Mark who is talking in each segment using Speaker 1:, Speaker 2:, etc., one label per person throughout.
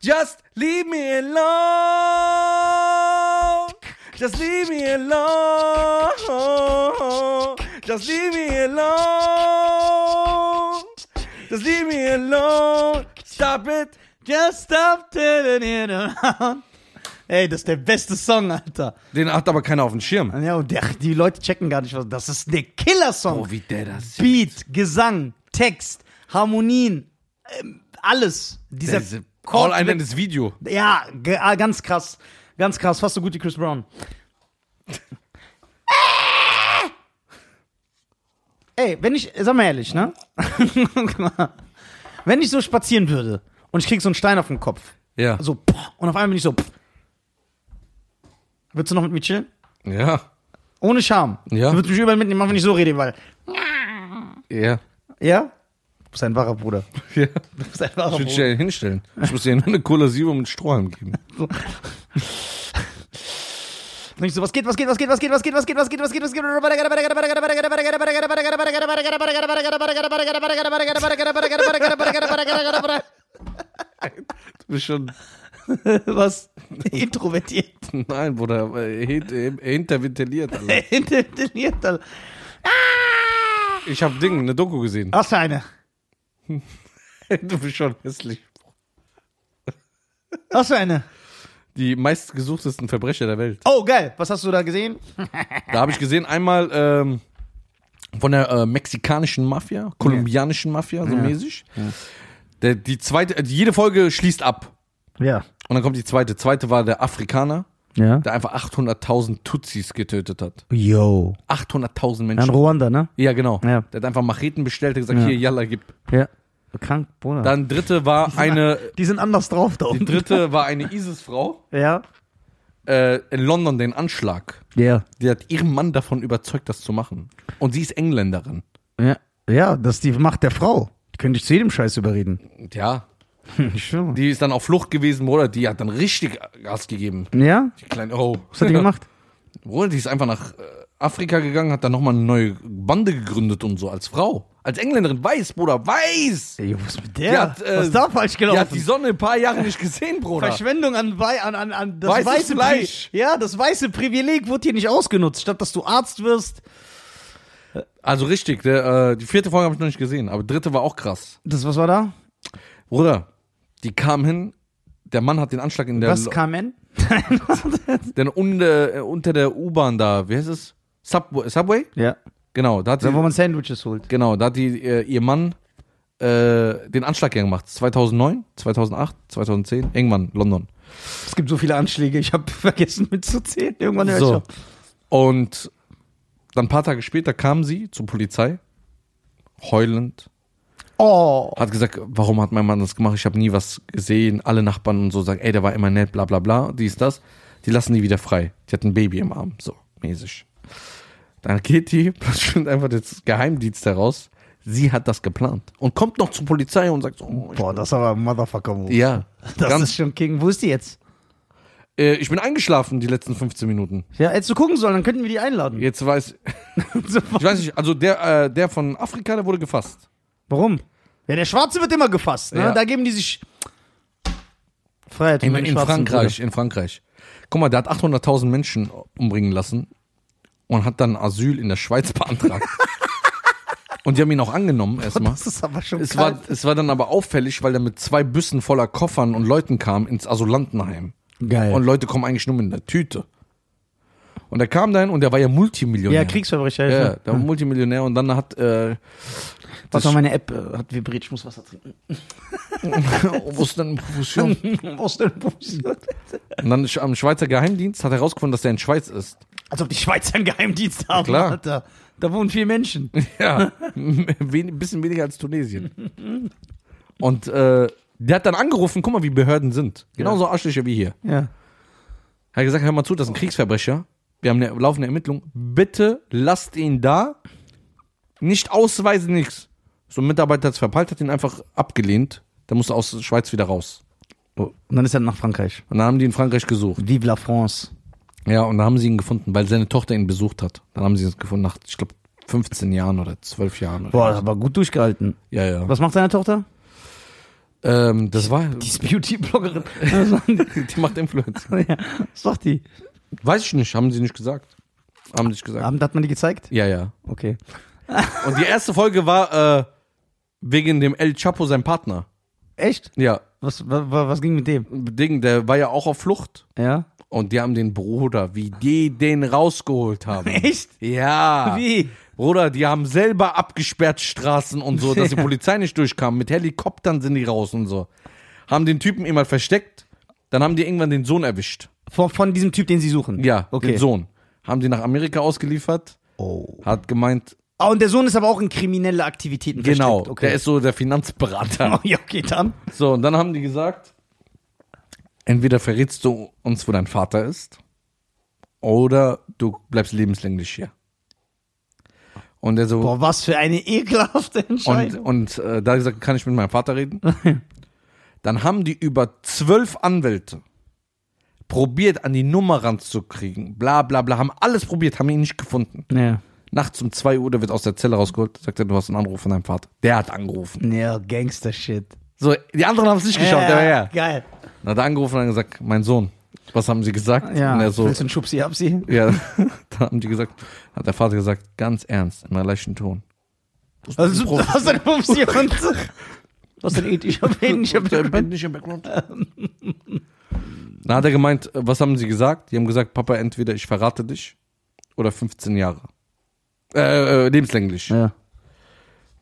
Speaker 1: Just leave me alone. Just leave me alone. Just leave me alone. Just leave me alone. Stop it.
Speaker 2: Just stop telling it around. Ey, das ist der beste Song, Alter.
Speaker 1: Den hat aber keiner auf dem Schirm.
Speaker 2: Ja, und der, die Leute checken gar nicht, was. Das ist der Killer-Song.
Speaker 1: Oh, wie der das
Speaker 2: Beat, Gesang, Text, Harmonien, ähm, alles. Dieser
Speaker 1: Diese Call
Speaker 2: Chord-
Speaker 1: ein das Video.
Speaker 2: Ja, ge- ah, ganz krass. Ganz krass. Fast so gut wie Chris Brown. Ey, wenn ich, sag mal ehrlich, ne? Guck mal. wenn ich so spazieren würde und ich krieg so einen Stein auf den Kopf,
Speaker 1: Ja.
Speaker 2: so, pff, und auf einmal bin ich so, pff. würdest du noch mit mir chillen?
Speaker 1: Ja.
Speaker 2: Ohne Scham.
Speaker 1: Ja.
Speaker 2: Du würdest mich überall mitnehmen, auch wenn ich so rede, weil,
Speaker 1: Ja.
Speaker 2: ja? Du bist ein wahrer Bruder.
Speaker 1: Ja.
Speaker 2: Du bist ein wahrer
Speaker 1: Ich würde dich
Speaker 2: Bruder.
Speaker 1: ja hinstellen. Ich muss dir nur eine Cola Zero mit Strohhalm geben.
Speaker 2: Und ich so, was geht, was geht, was geht, was geht, was geht, was geht, was geht, was geht, was geht, was
Speaker 1: Du bist schon.
Speaker 2: geht, was introvertiert,
Speaker 1: Nein, Bruder. äh, hint- äh, Hinterventiliert. Alter.
Speaker 2: introvertiert, Alter.
Speaker 1: Ich habe Ding, eine Doku gesehen.
Speaker 2: Was für eine,
Speaker 1: Du bist schon hässlich.
Speaker 2: was für eine.
Speaker 1: Die meistgesuchtesten Verbrecher der Welt.
Speaker 2: Oh, geil, was hast du da gesehen?
Speaker 1: Da habe ich gesehen, einmal ähm, von der äh, mexikanischen Mafia, kolumbianischen Mafia, so mäßig. Der, die zweite, äh, jede Folge schließt ab.
Speaker 2: Ja.
Speaker 1: Und dann kommt die zweite. Zweite war der Afrikaner,
Speaker 2: Ja.
Speaker 1: der einfach 800.000 Tutsis getötet hat.
Speaker 2: Yo.
Speaker 1: 800.000
Speaker 2: An
Speaker 1: Menschen.
Speaker 2: Ruanda, ne?
Speaker 1: Ja, genau.
Speaker 2: Ja.
Speaker 1: Der hat einfach Macheten bestellt, hat gesagt, hier, yalla, gib.
Speaker 2: Ja. Krank, Bruder.
Speaker 1: Dann dritte war eine,
Speaker 2: die sind anders drauf da
Speaker 1: die
Speaker 2: oben.
Speaker 1: dritte war eine ISIS-Frau,
Speaker 2: Ja.
Speaker 1: äh, in London den Anschlag.
Speaker 2: Ja.
Speaker 1: Die hat ihren Mann davon überzeugt, das zu machen. Und sie ist Engländerin.
Speaker 2: Ja. Ja, das ist die Macht der Frau. Die können dich zu jedem Scheiß überreden.
Speaker 1: Ja,
Speaker 2: Ich schwöre.
Speaker 1: Die ist dann auf Flucht gewesen, Bruder. Die hat dann richtig Gas gegeben.
Speaker 2: Ja?
Speaker 1: Die kleine, oh.
Speaker 2: Was hat die gemacht?
Speaker 1: Bruder, die ist einfach nach äh, Afrika gegangen, hat dann nochmal eine neue Bande gegründet und so, als Frau. Als Engländerin, weiß, Bruder, weiß.
Speaker 2: Ey, was mit
Speaker 1: Die
Speaker 2: der?
Speaker 1: hat, äh,
Speaker 2: was ist da falsch
Speaker 1: Die
Speaker 2: gelaufen?
Speaker 1: hat die Sonne ein paar Jahre nicht gesehen, Bruder.
Speaker 2: Verschwendung an, Wei- an, an, an das
Speaker 1: Weißes
Speaker 2: weiße
Speaker 1: Fleisch.
Speaker 2: Pri ja, das weiße Privileg wurde hier nicht ausgenutzt. Statt dass du Arzt wirst,
Speaker 1: Also richtig, der, äh, die vierte Folge habe ich noch nicht gesehen, aber dritte war auch krass.
Speaker 2: das was war da?
Speaker 1: Bruder, die kam hin, der Mann hat den Anschlag in der,
Speaker 2: Was Carmen?
Speaker 1: der unter, äh, unter der U-Bahn da, wie heißt es? Subway? Subway?
Speaker 2: Ja,
Speaker 1: Genau, da hat
Speaker 2: da
Speaker 1: die
Speaker 2: wo man Sandwiches holt.
Speaker 1: Genau, da hat die, äh, ihr Mann äh, den Anschlag ja gemacht. 2009, 2008, 2010, irgendwann, London.
Speaker 2: Es gibt so viele Anschläge, ich habe vergessen mitzuzählen. Irgendwann hör ich
Speaker 1: So.
Speaker 2: auf.
Speaker 1: Und dann ein paar Tage später kam sie zur Polizei, heulend,
Speaker 2: Oh,
Speaker 1: hat gesagt, warum hat mein Mann das gemacht? Ich habe nie was gesehen. Alle Nachbarn und so sagen, ey, der war immer nett, bla bla bla, dies, das. Die lassen die wieder frei. Die hat ein Baby im Arm, so mäßig. Dann geht die, plötzlich findet einfach der Geheimdienst heraus, sie hat das geplant. Und kommt noch zur Polizei und sagt so, oh, ich
Speaker 2: boah, das ist aber ein Motherfucker. Ja,
Speaker 1: Ja,
Speaker 2: das
Speaker 1: ganz,
Speaker 2: ist schon King. Wo ist die jetzt?
Speaker 1: äh, ich bin eingeschlafen die letzten 15 Minuten.
Speaker 2: Ja, hättest du gucken sollen, dann könnten wir die einladen.
Speaker 1: Jetzt weiß ich weiß nicht, also der äh, der von Afrika, der wurde gefasst.
Speaker 2: Warum? Ja, der Schwarze wird immer gefasst. Ne?
Speaker 1: Ja.
Speaker 2: Da geben die sich Freiheit. für
Speaker 1: In,
Speaker 2: meinen
Speaker 1: in
Speaker 2: schwarzen
Speaker 1: Frankreich, in Frankreich. Guck mal, der hat 800.000 Menschen umbringen lassen und hat dann Asyl in der Schweiz beantragt. und die haben ihn auch angenommen
Speaker 2: Bruder.
Speaker 1: erstmal.
Speaker 2: Das ist aber schon
Speaker 1: Es war,
Speaker 2: kalt.
Speaker 1: es war dann aber auffällig, weil er mit zwei Büssen voller Koffern und Leuten kam ins Asylantenheim.
Speaker 2: geil.
Speaker 1: Und Leute kommen eigentlich nur mit einer Tüte. Und er kam dahin und der war ja Multimillionär.
Speaker 2: ja, Kriegsverbrecher.
Speaker 1: Ja,
Speaker 2: Ja, Hm.
Speaker 1: der war Multimillionär und dann hat, äh,
Speaker 2: Warte mal, meine App äh, hat vibriert, ich muss Wasser trinken.
Speaker 1: oh, wo ist denn Profession?
Speaker 2: Was denn passiert?
Speaker 1: Und dann sch- am Schweizer Geheimdienst hat herausgefunden, dass der in Schweiz ist.
Speaker 2: Als ob die Schweizer einen Geheimdienst haben,
Speaker 1: klar.
Speaker 2: Alter. Da wohnen vier Menschen.
Speaker 1: Ja, ein bisschen weniger als Tunesien. Und äh, der hat dann angerufen, guck mal, wie Behörden sind. Genauso Arschlöcher wie hier.
Speaker 2: Ja.
Speaker 1: Er hat gesagt, hör mal zu, das ist ein Kriegsverbrecher. Wir haben eine laufende Ermittlung. Bitte lasst ihn da. Nicht ausweisen, nichts. So ein Mitarbeiter hat es verpeilt, hat ihn einfach abgelehnt. Der musste aus der Schweiz wieder raus.
Speaker 2: Oh, Und dann ist er nach Frankreich.
Speaker 1: Und dann haben die in Frankreich gesucht.
Speaker 2: Vive la France.
Speaker 1: Ja, und da haben sie ihn gefunden, weil seine Tochter ihn besucht hat. Dann haben sie ihn gefunden nach, ich glaube, 15 Jahren oder 12 Jahren. Oder
Speaker 2: Boah, aber gut durchgehalten.
Speaker 1: Ja, ja.
Speaker 2: Was macht deine Tochter?
Speaker 1: Ähm, das war,
Speaker 2: Die ist Beauty-Bloggerin. Was sagen die?
Speaker 1: die macht Influencer.
Speaker 2: ja, was sagt die?
Speaker 1: Weiß ich nicht, haben sie nicht gesagt. Haben nicht gesagt.
Speaker 2: Abend hat man die gezeigt?
Speaker 1: Ja, ja.
Speaker 2: Okay.
Speaker 1: Und die erste Folge war äh, wegen dem El Chapo sein Partner.
Speaker 2: Echt?
Speaker 1: Ja,
Speaker 2: Was, wa, wa, was ging mit dem?
Speaker 1: Ding, der war ja auch auf Flucht.
Speaker 2: Ja.
Speaker 1: Und die haben den Bruder, wie die den rausgeholt haben.
Speaker 2: Echt?
Speaker 1: Ja.
Speaker 2: Wie?
Speaker 1: Bruder, die haben selber abgesperrt Straßen und so, dass die Polizei nicht durchkam. Mit Helikoptern sind die raus und so. Haben den Typen immer versteckt. Dann haben die irgendwann den Sohn erwischt.
Speaker 2: Von, von diesem Typ, den sie suchen?
Speaker 1: Ja,
Speaker 2: Okay.
Speaker 1: den Sohn. Haben die nach Amerika ausgeliefert.
Speaker 2: Oh.
Speaker 1: Hat gemeint,
Speaker 2: Ah, und der Sohn ist aber auch in kriminelle Aktivitäten
Speaker 1: genau,
Speaker 2: verstrickt.
Speaker 1: der
Speaker 2: Okay.
Speaker 1: ist so der Finanzberater.
Speaker 2: Oh, ja, okay, dann.
Speaker 1: So, und dann haben die gesagt, entweder verrätst du uns, wo dein Vater ist, oder du bleibst lebenslänglich hier. Und er so,
Speaker 2: Boah, was für eine ekelhafte
Speaker 1: und,
Speaker 2: Entscheidung.
Speaker 1: und äh, da hat er gesagt, kann ich mit meinem Vater reden? dann haben die über zwölf Anwälte probiert, an die Nummer ranzukriegen, bla bla bla, haben alles probiert, haben ihn nicht gefunden.
Speaker 2: ja.
Speaker 1: Nachts um 2 Uhr, der wird aus der Zelle rausgeholt, sagt er, du hast einen Anruf von deinem Vater. Der hat angerufen.
Speaker 2: Ja, Gangster-Shit.
Speaker 1: So, die anderen haben es nicht geschafft, aber ja.
Speaker 2: Geil.
Speaker 1: Dann hat er angerufen und hat gesagt, mein Sohn, was haben sie gesagt?
Speaker 2: Ja,
Speaker 1: und er so,
Speaker 2: willst du einen Schubsi, Hapsi?
Speaker 1: ja, dann haben die gesagt, hat der Vater gesagt, ganz ernst, in einem leichten Ton.
Speaker 2: Also, du hast einen Pupsi und... Was denn ethischer Mensch?
Speaker 1: nicht im Background. Dann hat er gemeint, äh, was haben sie gesagt? Die haben gesagt, Papa, entweder ich verrate dich oder 15 Jahre. Äh, äh, lebenslänglich.
Speaker 2: Ja.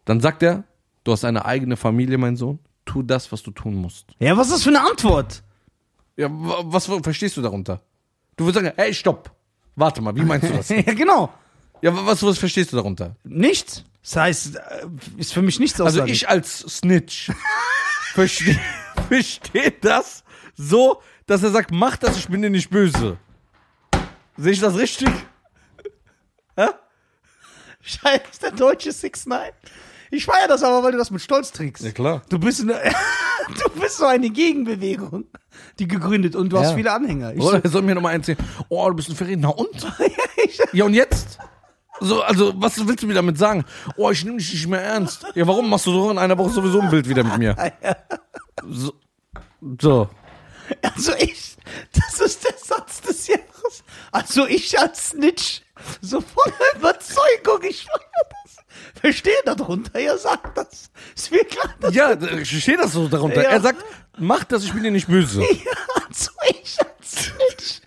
Speaker 1: Dann sagt er, du hast eine eigene Familie, mein Sohn, tu das, was du tun musst.
Speaker 2: ja, was ist das für eine Antwort?
Speaker 1: Ja, wa- was verstehst du darunter? Du würdest sagen, hey, stopp. Warte mal, wie meinst du das?
Speaker 2: Ja, genau.
Speaker 1: Ja, wa- was, was verstehst du darunter?
Speaker 2: Nichts. Das heißt, äh, ist für mich nichts
Speaker 1: Also
Speaker 2: aussagend.
Speaker 1: ich als Snitch verstehe versteh das so, dass er sagt, mach das, ich bin dir nicht böse. Sehe ich das richtig?
Speaker 2: Scheiß, der deutsche Six Nine. Ich feier das aber, weil du das mit Stolz trägst.
Speaker 1: klar.
Speaker 2: Du bist, eine, du bist so eine Gegenbewegung, die gegründet und du hast
Speaker 1: Ja.
Speaker 2: viele Anhänger. Ich, so,
Speaker 1: Oder er soll mir nochmal einziehen. Oh, du bist ein Verräter. Und?
Speaker 2: ich,
Speaker 1: Ja, und jetzt? So, also, was willst du mir damit sagen? Oh, ich nehme dich nicht mehr ernst. Ja, warum machst du so in einer Woche sowieso ein Bild wieder mit mir? So. so.
Speaker 2: also ich, das ist der Satz des Jahres. Also ich als Snitch, so voller Überzeugung, ich feier das. Verstehe darunter, ihr sagt das. Ist mir klar, dass
Speaker 1: Ja, ich verstehe das so darunter.
Speaker 2: Ja.
Speaker 1: Er sagt, mach das, ich bin dir nicht böse.
Speaker 2: Ja, also ich als Snitch.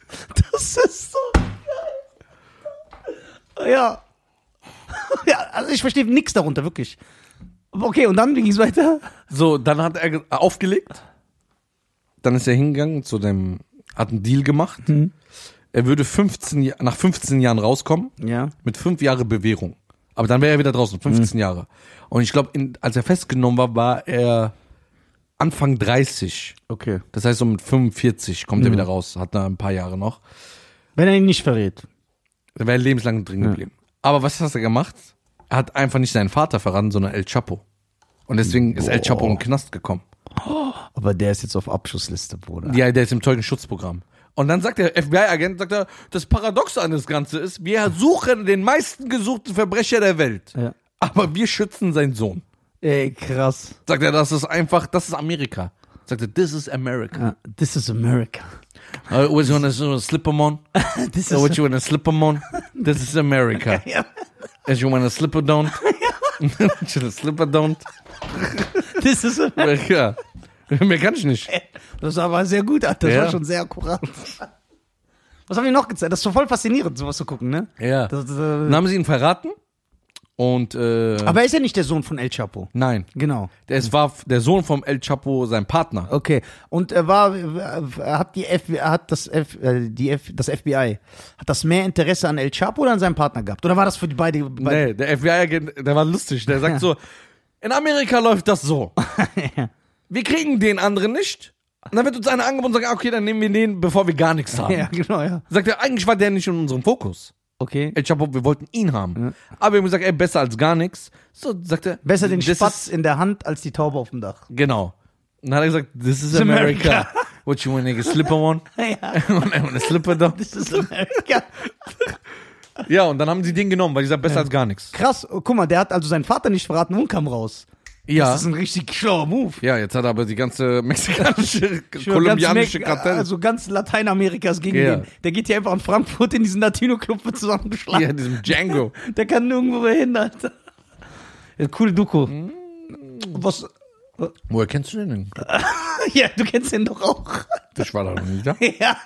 Speaker 2: Das ist so geil. Ja. Ja, also ich verstehe nichts darunter, wirklich. Okay, und dann ging es weiter.
Speaker 1: So, dann hat er ge- aufgelegt. Dann ist er hingegangen zu dem, hat einen Deal gemacht. Er würde 15, Ja- nach 15 Jahren rauskommen,
Speaker 2: Ja.
Speaker 1: mit 5 Jahre Bewährung. Aber dann wäre er wieder draußen, 15 Jahre. Und ich glaube, in- als er festgenommen war, war er Anfang 30.
Speaker 2: Okay.
Speaker 1: Das heißt, so mit 45 kommt er wieder raus, hat da ein paar Jahre noch.
Speaker 2: Wenn er ihn nicht verrät.
Speaker 1: Da wäre er lebenslang drin geblieben. Aber was hat er gemacht? Er hat einfach nicht seinen Vater verraten, sondern El Chapo. Und deswegen ist El Chapo in den Knast gekommen.
Speaker 2: Aber der ist jetzt auf Abschussliste, Bruder.
Speaker 1: Ja, der ist im Zeugenschutzprogramm. Und dann sagt der FBI-Agent, sagt er, das Paradoxe an das Ganze ist, wir suchen den meisten gesuchten Verbrecher der Welt.
Speaker 2: Ja.
Speaker 1: Aber wir schützen seinen Sohn.
Speaker 2: Ey, krass.
Speaker 1: Sagt er, das ist einfach, das ist Amerika. Sagt er, this is America.
Speaker 2: Ja, This is America.
Speaker 1: Uh, what you wanna uh, slip 'em on?
Speaker 2: This
Speaker 1: Uh, what you wanna slip 'em on? This is America.
Speaker 2: Ja.
Speaker 1: As you wanna slip it down? Should I slip it down?
Speaker 2: This is America.
Speaker 1: Ja. Mehr kann ich nicht.
Speaker 2: Äh, Das war aber sehr gut, Alter. Das
Speaker 1: Ja.
Speaker 2: war schon sehr akkurat. Was haben wir noch gezeigt? Das ist so voll faszinierend, sowas zu gucken, ne?
Speaker 1: Ja.
Speaker 2: Das, das,
Speaker 1: Dann haben sie ihn verraten und äh,
Speaker 2: aber er ist ja nicht der Sohn von El Chapo.
Speaker 1: nein.
Speaker 2: Genau.
Speaker 1: Es war f- der Sohn vom El Chapo, sein Partner.
Speaker 2: Okay. Und er war, er hat die F, er hat das F, äh, die F, das FBI, hat das mehr Interesse an El Chapo oder an seinem Partner gehabt? Oder war das für die beide? beide
Speaker 1: Nee, der FBI-Agent, der war lustig. Der sagt so, in Amerika läuft das so. Wir kriegen den anderen nicht. Und dann wird uns einer angeboten und sagt, ah, okay, dann nehmen wir den, bevor wir gar nichts haben.
Speaker 2: Ja, genau, ja.
Speaker 1: Sagt er, eigentlich war der nicht in unserem Fokus.
Speaker 2: Okay.
Speaker 1: El Chapo, wir wollten ihn haben. Aber wir haben gesagt, ey, besser als gar nichts. So, sagt er.
Speaker 2: Besser den
Speaker 1: "This is-
Speaker 2: Spatz in der Hand als die Taube auf dem Dach.
Speaker 1: Genau. Und dann hat er gesagt, this is America.
Speaker 2: America.
Speaker 1: What you wanna get slipper one?
Speaker 2: Ja,
Speaker 1: Und I wanna slipper down.
Speaker 2: das ist Amerika.
Speaker 1: Ja, und dann haben sie den genommen, weil die sagt, besser als gar nichts.
Speaker 2: Krass, oh, guck mal, der hat also seinen Vater nicht verraten und kam raus.
Speaker 1: Ja.
Speaker 2: Das ist ein richtig schlauer Move.
Speaker 1: Ja, jetzt hat er aber die ganze mexikanische,
Speaker 2: Ich schwöre,
Speaker 1: kolumbianische
Speaker 2: ganz Mex-
Speaker 1: Kartell.
Speaker 2: Also ganz Lateinamerikas gegen
Speaker 1: Ja.
Speaker 2: den. Der geht hier einfach in Frankfurt in diesen Latino-Club wird
Speaker 1: ja,
Speaker 2: zusammengeschlagen.
Speaker 1: diesem Django.
Speaker 2: Der kann nirgendwo mehr hin, Alter. Ja, coole Doku. Was?
Speaker 1: Woher kennst du den denn?
Speaker 2: Ja, du kennst den doch auch.
Speaker 1: Ich war da noch nie da.
Speaker 2: Ja.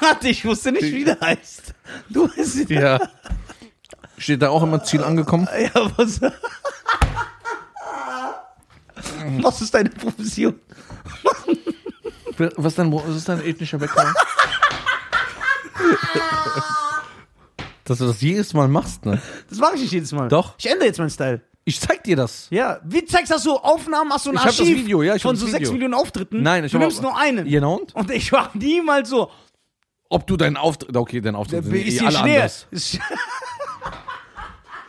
Speaker 2: Hatte ich wusste nicht, wie der heißt. Du weißt ja.
Speaker 1: Ja. Steht da auch immer Ziel angekommen?
Speaker 2: ja, was? Was ist deine Profession?
Speaker 1: Was ist dein, was ist dein ethnischer Background? Dass du das jedes Mal machst, ne?
Speaker 2: Das mache ich nicht jedes Mal.
Speaker 1: Doch.
Speaker 2: Ich ändere jetzt meinen Style.
Speaker 1: Ich zeig dir das.
Speaker 2: Ja, wie zeigst du das so? Aufnahmen hast du ein
Speaker 1: Ich hab das
Speaker 2: Archiv
Speaker 1: Video, ja, ich hab
Speaker 2: von
Speaker 1: das
Speaker 2: so
Speaker 1: Video.
Speaker 2: sechs Millionen Auftritten.
Speaker 1: Nein, ich
Speaker 2: Du
Speaker 1: hab-
Speaker 2: nimmst nur einen.
Speaker 1: Genau und?
Speaker 2: Und ich war niemals so.
Speaker 1: Ob du deinen Auftritt. Okay, deinen Auftritt sind
Speaker 2: Ist
Speaker 1: eh
Speaker 2: hier
Speaker 1: alle
Speaker 2: Schnee?
Speaker 1: anders.
Speaker 2: Ist-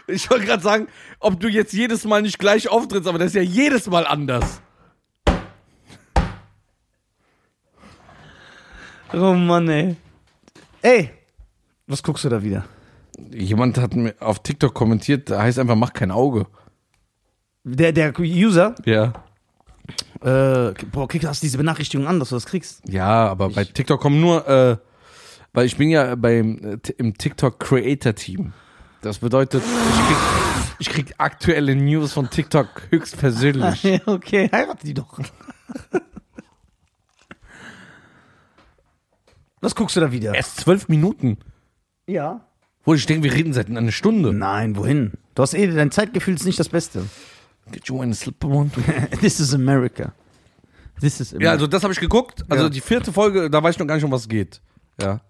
Speaker 1: Ich wollte gerade sagen, ob du jetzt jedes Mal nicht gleich auftrittst, aber das ist ja jedes Mal anders.
Speaker 2: Oh Mann, ey. Ey, was guckst du da wieder?
Speaker 1: Jemand hat mir auf TikTok kommentiert, da heißt einfach, mach kein Auge.
Speaker 2: Der, der User,
Speaker 1: Ja.
Speaker 2: äh, boah, kriegst du diese Benachrichtigung an, dass du das kriegst?
Speaker 1: Ja, aber bei TikTok kommen nur, äh, weil ich bin ja beim, äh, t- im TikTok Creator Team. Das bedeutet, ich krieg, ich krieg aktuelle News von TikTok höchstpersönlich.
Speaker 2: Ja, okay, heirate die doch. was guckst du da wieder?
Speaker 1: Erst zwölf Minuten.
Speaker 2: Ja.
Speaker 1: Wo ich denke, wir reden seit einer Stunde.
Speaker 2: Oh Nein, wohin? Du hast eh, dein Zeitgefühl ist nicht das Beste.
Speaker 1: Did you wanna slip one?
Speaker 2: This is America. This is
Speaker 1: Ja,
Speaker 2: America.
Speaker 1: also das habe ich geguckt. Also
Speaker 2: Ja.
Speaker 1: die vierte Folge, da weiß ich noch gar nicht, um was es geht. Ja.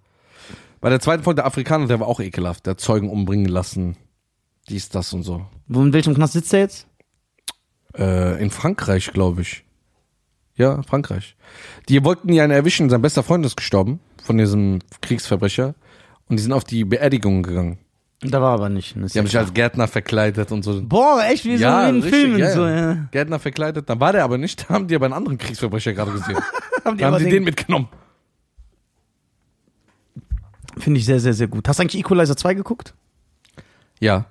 Speaker 1: Bei der zweiten Folge, der Afrikaner, der war auch ekelhaft. Der hat Zeugen umbringen lassen. Dies, das und so.
Speaker 2: Wo, in welchem Knast sitzt er jetzt?
Speaker 1: Äh, in Frankreich, glaube ich. Ja, Frankreich. Die wollten ja einen erwischen, sein bester Freund ist gestorben von diesem Kriegsverbrecher. Und die sind auf die Beerdigung gegangen.
Speaker 2: Da war aber nicht.
Speaker 1: Die haben sich als Gärtner verkleidet und so.
Speaker 2: Boah, echt wie so in den
Speaker 1: richtig,
Speaker 2: Filmen.
Speaker 1: ja,
Speaker 2: So,
Speaker 1: ja.
Speaker 2: ja.
Speaker 1: Gärtner verkleidet, dann war der aber nicht, da haben die aber einen anderen Kriegsverbrecher gerade gesehen.
Speaker 2: Haben die
Speaker 1: da haben
Speaker 2: aber
Speaker 1: die den
Speaker 2: den-
Speaker 1: mitgenommen.
Speaker 2: Finde ich sehr, sehr, sehr gut. Hast du eigentlich Equalizer 2 geguckt?
Speaker 1: Ja.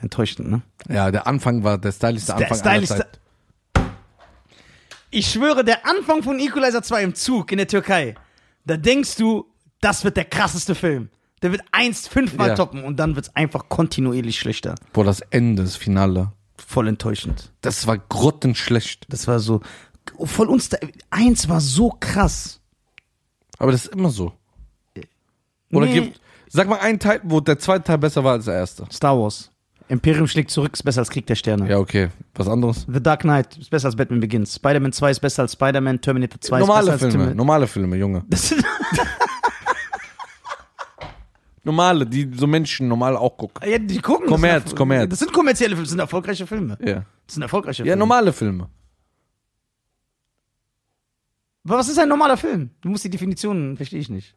Speaker 2: Enttäuschend, ne?
Speaker 1: Ja, der Anfang war der stylischste
Speaker 2: Der
Speaker 1: Anfang
Speaker 2: stylischste-
Speaker 1: aller Zeit.
Speaker 2: Ich schwöre, der Anfang von Equalizer 2 im Zug in der Türkei, da denkst du, das wird der krasseste Film. Der wird eins fünfmal
Speaker 1: Ja.
Speaker 2: toppen und dann wird es einfach kontinuierlich schlechter.
Speaker 1: Boah, das Ende, das Finale.
Speaker 2: Voll enttäuschend.
Speaker 1: Das war grottenschlecht.
Speaker 2: Das war so. Voll uns. Eins war so krass.
Speaker 1: Aber das ist immer so. Oder
Speaker 2: Nee.
Speaker 1: gibt. Sag mal einen Teil, wo der zweite Teil besser war als der erste.
Speaker 2: Star Wars. Imperium schlägt zurück, ist besser als Krieg der Sterne.
Speaker 1: Ja, okay. Was anderes?
Speaker 2: The Dark Knight ist besser als Batman Begins. Spider-Man 2 ist besser als Spider-Man. Terminator 2 ist
Speaker 1: normale
Speaker 2: besser
Speaker 1: Filme,
Speaker 2: als Tim-
Speaker 1: normale Filme, Junge.
Speaker 2: Das ist-
Speaker 1: Normale, die so Menschen normal auch gucken.
Speaker 2: ja, die gucken. das
Speaker 1: Kommerz,
Speaker 2: sind erfol-
Speaker 1: Kommerz.
Speaker 2: Das sind kommerzielle Filme, das sind erfolgreiche Filme.
Speaker 1: Ja.
Speaker 2: Das sind erfolgreiche Filme.
Speaker 1: Ja, normale Filme.
Speaker 2: Aber was ist ein normaler Film? Du musst die Definitionen, verstehe ich nicht.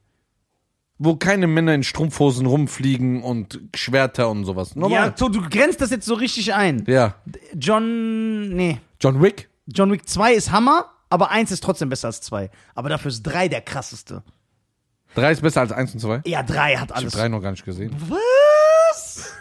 Speaker 1: Wo keine Männer in Strumpfhosen rumfliegen und Schwerter und sowas.
Speaker 2: Ja,
Speaker 1: Normal.
Speaker 2: so, du grenzt das jetzt so richtig ein.
Speaker 1: Ja.
Speaker 2: John, nee.
Speaker 1: John Wick?
Speaker 2: John Wick 2 ist Hammer, aber 1 ist trotzdem besser als 2. Aber dafür ist 3 der krasseste.
Speaker 1: Drei ist besser als eins und zwei.
Speaker 2: Ja, 3 hat
Speaker 1: Ich hab
Speaker 2: alles.
Speaker 1: drei noch gar nicht gesehen.
Speaker 2: Was?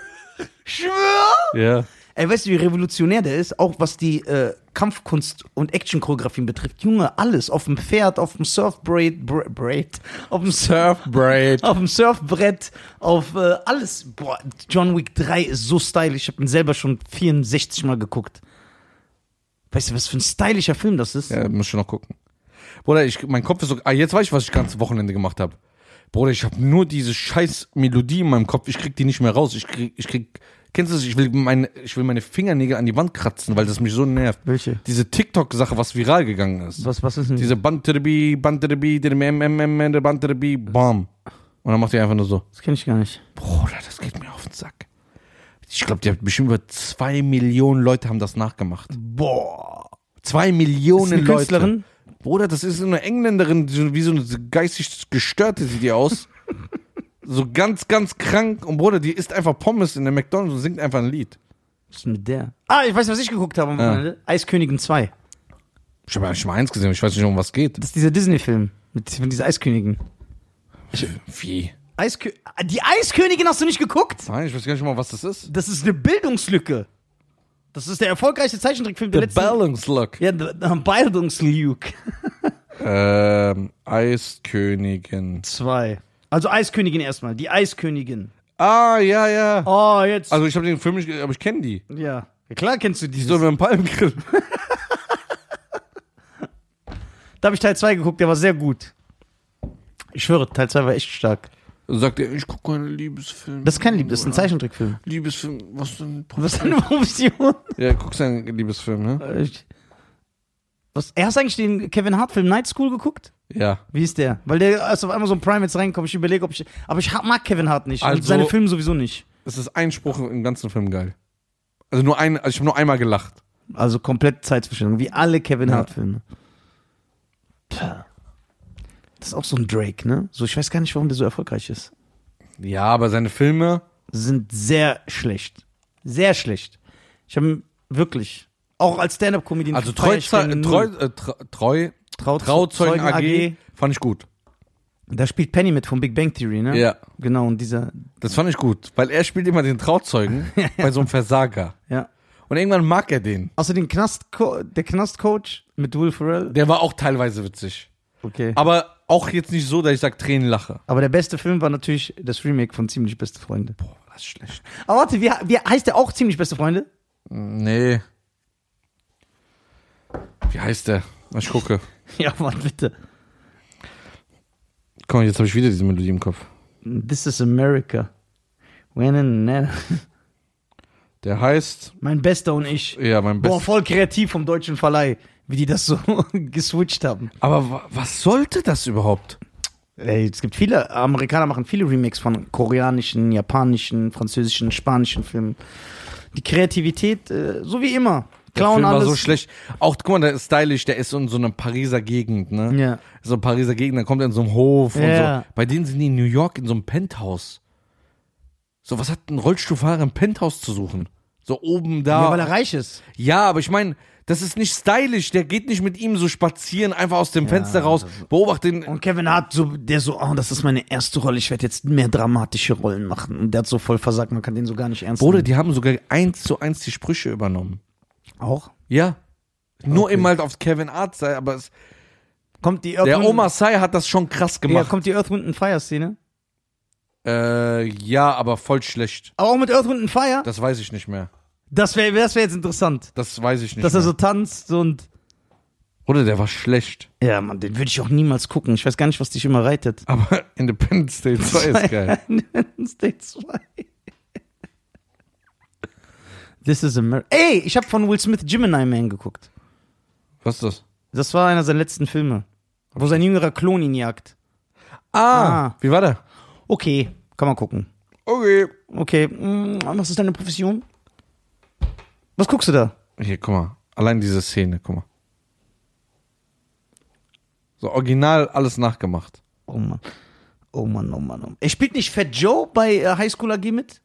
Speaker 2: Schwör?
Speaker 1: Ja.
Speaker 2: Ey, weißt du, wie revolutionär der ist? Auch was die äh, Kampfkunst und Action-Choreografien betrifft. Junge, alles. Auf dem Pferd, auf dem Surfbraid, Bra Braid, auf dem Surf.
Speaker 1: Surfbraid.
Speaker 2: auf dem Surfbrett, auf äh, alles. Boah, John Wick 3 ist so stylisch. Ich habe ihn selber schon 64 Mal geguckt. Weißt du, was für ein stylischer Film das ist?
Speaker 1: Ja, muss schon noch gucken. Bruder, ich, mein Kopf ist so. Ah, jetzt weiß ich, was ich ganze Wochenende gemacht habe. Bruder, ich habe nur diese scheiß Melodie in meinem Kopf. Ich krieg die nicht mehr raus. Ich krieg, ich krieg. Kennst du das? Ich will meine, ich will meine Fingernägel an die Wand kratzen, weil das mich so nervt.
Speaker 2: Welche?
Speaker 1: Diese TikTok-Sache, was viral gegangen ist.
Speaker 2: Was, was ist denn?
Speaker 1: Diese Banterbi, Banterbi, MMM, Banterbi, Bam. Und dann macht die einfach nur so.
Speaker 2: Das kenne ich gar nicht.
Speaker 1: Bruder, das geht mir auf den Sack. Ich glaube, die haben bestimmt über zwei Millionen Leute haben das nachgemacht.
Speaker 2: Boah.
Speaker 1: Zwei Millionen
Speaker 2: Ist eine
Speaker 1: Leute.
Speaker 2: Künstlerin?
Speaker 1: Bruder, das ist so eine Engländerin, die so- wie so eine geistig gestörte sieht die aus. so ganz, ganz krank. Und Bruder, die isst einfach Pommes in der McDonalds und singt einfach ein Lied.
Speaker 2: Was ist denn mit der? Ah, ich weiß, was ich geguckt habe am Wochenende. Eiskönigin 2.
Speaker 1: Ich habe eigentlich mal eins gesehen, ich weiß nicht, um was geht.
Speaker 2: Das ist dieser Disney-Film mit von dieser Eiskönigin.
Speaker 1: Wie?
Speaker 2: Eiskö Ah, die Eiskönigin hast du nicht geguckt?
Speaker 1: Nein, ich weiß gar nicht mal, was das ist.
Speaker 2: Das ist eine Bildungslücke. Das ist der erfolgreichste Zeichentrickfilm der
Speaker 1: The
Speaker 2: letzten
Speaker 1: Balance Look.
Speaker 2: Ja, the, the Bildungsluke
Speaker 1: Ähm, Eiskönigin.
Speaker 2: 2. Also Eiskönigin erstmal, die Eiskönigin.
Speaker 1: Ah, ja, ja.
Speaker 2: Oh, jetzt.
Speaker 1: Also ich habe den Film nicht, ge- aber ich kenne die.
Speaker 2: ja. ja, klar kennst du die.
Speaker 1: So mit einem Palmgrill.
Speaker 2: Da habe ich Teil 2 geguckt, der war sehr gut. Ich schwöre, Teil 2 war echt stark.
Speaker 1: Sagt er, ich gucke keine Liebesfilme.
Speaker 2: Das ist kein Lieb, das ist ein Zeichentrickfilm.
Speaker 1: Liebesfilm, was denn?
Speaker 2: Was ist eine Profession?
Speaker 1: Ja, guckst einen Liebesfilm, ne?
Speaker 2: Was, hast du eigentlich den Kevin Hart-Film Night School geguckt?
Speaker 1: Ja.
Speaker 2: Wie ist der? Weil der ist auf einmal so ein Prime jetzt reinkommt. Ich überlege, ob ich. Aber ich ha- mag Kevin Hart nicht.
Speaker 1: Also-
Speaker 2: und seine Filme sowieso nicht.
Speaker 1: Es ist ein Spruch im ganzen Film geil. Also nur ein, also ich habe nur einmal gelacht.
Speaker 2: Also komplett Zeitverschwendung, wie alle Kevin
Speaker 1: Ja.
Speaker 2: Hart-Filme. Pah. Das ist auch so ein Drake, ne? So, ich weiß gar nicht, warum der so erfolgreich ist.
Speaker 1: Ja, aber seine Filme,
Speaker 2: Sind sehr schlecht. Sehr schlecht. Ich habe wirklich. Auch als Stand-up-Comedian.
Speaker 1: also
Speaker 2: feier
Speaker 1: Treu,
Speaker 2: ich den
Speaker 1: Treu,
Speaker 2: null.
Speaker 1: äh, Tra- Treu,
Speaker 2: Trau-
Speaker 1: Trauzeugen
Speaker 2: Zeugen
Speaker 1: AG, fand ich gut.
Speaker 2: Da spielt Penny mit von Big Bang Theory, ne?
Speaker 1: Ja.
Speaker 2: Genau, und dieser.
Speaker 1: Das fand ich gut, weil er spielt immer den Trauzeugen bei so einem Versager.
Speaker 2: Ja.
Speaker 1: Und irgendwann mag er den.
Speaker 2: Außerdem Knast der Knastcoach mit Will Ferrell.
Speaker 1: Der war auch teilweise witzig.
Speaker 2: Okay.
Speaker 1: Aber auch jetzt nicht so, dass ich sag Tränen lache.
Speaker 2: Aber der beste Film war natürlich das Remake von Ziemlich Beste Freunde.
Speaker 1: Boah, war das schlecht.
Speaker 2: Aber warte, wie, wie heißt der auch Ziemlich Beste Freunde?
Speaker 1: Nee. Wie heißt der? Ich gucke.
Speaker 2: Ja, Mann, bitte.
Speaker 1: Komm, jetzt habe ich wieder diese Melodie im Kopf.
Speaker 2: This is America. When and now.
Speaker 1: Der heißt,
Speaker 2: Mein Bester und ich.
Speaker 1: ja, mein
Speaker 2: Boah,
Speaker 1: Bestes.
Speaker 2: voll kreativ vom deutschen Verleih, wie die das so geswitcht haben.
Speaker 1: Aber wa- was sollte das überhaupt?
Speaker 2: Ey, es gibt viele, Amerikaner machen viele Remakes von koreanischen, japanischen, französischen, spanischen Filmen. Die Kreativität, äh, so wie immer.
Speaker 1: Der
Speaker 2: Klauen
Speaker 1: Film war
Speaker 2: alles.
Speaker 1: so schlecht. Auch, guck mal, der ist stylisch, der ist in so einer Pariser Gegend, ne?
Speaker 2: Ja.
Speaker 1: So Pariser Gegend, dann kommt er in so einem Hof und
Speaker 2: Ja.
Speaker 1: so. Bei denen sind die in New York in so einem Penthouse. So, was hat ein Rollstuhlfahrer im Penthouse zu suchen? So oben da.
Speaker 2: ja, weil er reich ist.
Speaker 1: Ja, aber ich meine, das ist nicht stylisch. Der geht nicht mit ihm so spazieren, einfach aus dem Fenster raus, beobachtet ihn.
Speaker 2: Und Kevin Hart, so, der so, oh, das ist meine erste Rolle, ich werde jetzt mehr dramatische Rollen machen. Und der hat so voll versagt, man kann den so gar nicht ernst
Speaker 1: Bruder,
Speaker 2: nehmen.
Speaker 1: die haben sogar eins zu eins die Sprüche übernommen.
Speaker 2: Auch?
Speaker 1: Ja. Nur eben halt auf Kevin Hart sei, aber es,
Speaker 2: Kommt die
Speaker 1: der
Speaker 2: Earthwind-
Speaker 1: Oma Sai hat das schon krass
Speaker 2: Ja,
Speaker 1: gemacht.
Speaker 2: kommt die Earth, Wind and Fire Szene.
Speaker 1: Ja, äh, ja aber voll schlecht.
Speaker 2: Aber auch mit Earth, Wind and Fire?
Speaker 1: Das weiß ich nicht mehr.
Speaker 2: Das wäre das wär jetzt interessant.
Speaker 1: Das weiß ich nicht
Speaker 2: Dass
Speaker 1: mehr.
Speaker 2: er so tanzt und.
Speaker 1: Bruder, der war schlecht.
Speaker 2: Ja, Mann, den würde ich auch niemals gucken. Ich weiß gar nicht, was dich immer reitet.
Speaker 1: Aber Independence Day 2 ist geil.
Speaker 2: State 2. This is America. Ey, ich habe von Will Smith Gemini Man geguckt.
Speaker 1: Was ist das?
Speaker 2: Das war einer seiner letzten Filme. Wo sein jüngerer Klon ihn jagt.
Speaker 1: Ah,
Speaker 2: Ah.
Speaker 1: wie war der?
Speaker 2: Okay, kann man gucken.
Speaker 1: Okay.
Speaker 2: Okay, mm, was ist deine Profession? Was guckst du da?
Speaker 1: Hier, guck mal. Allein diese Szene, guck mal. So original alles nachgemacht.
Speaker 2: Oh Mann. Oh Mann, oh Mann, oh Mann. Er spielt nicht Fat Joe bei äh, High School AG mit?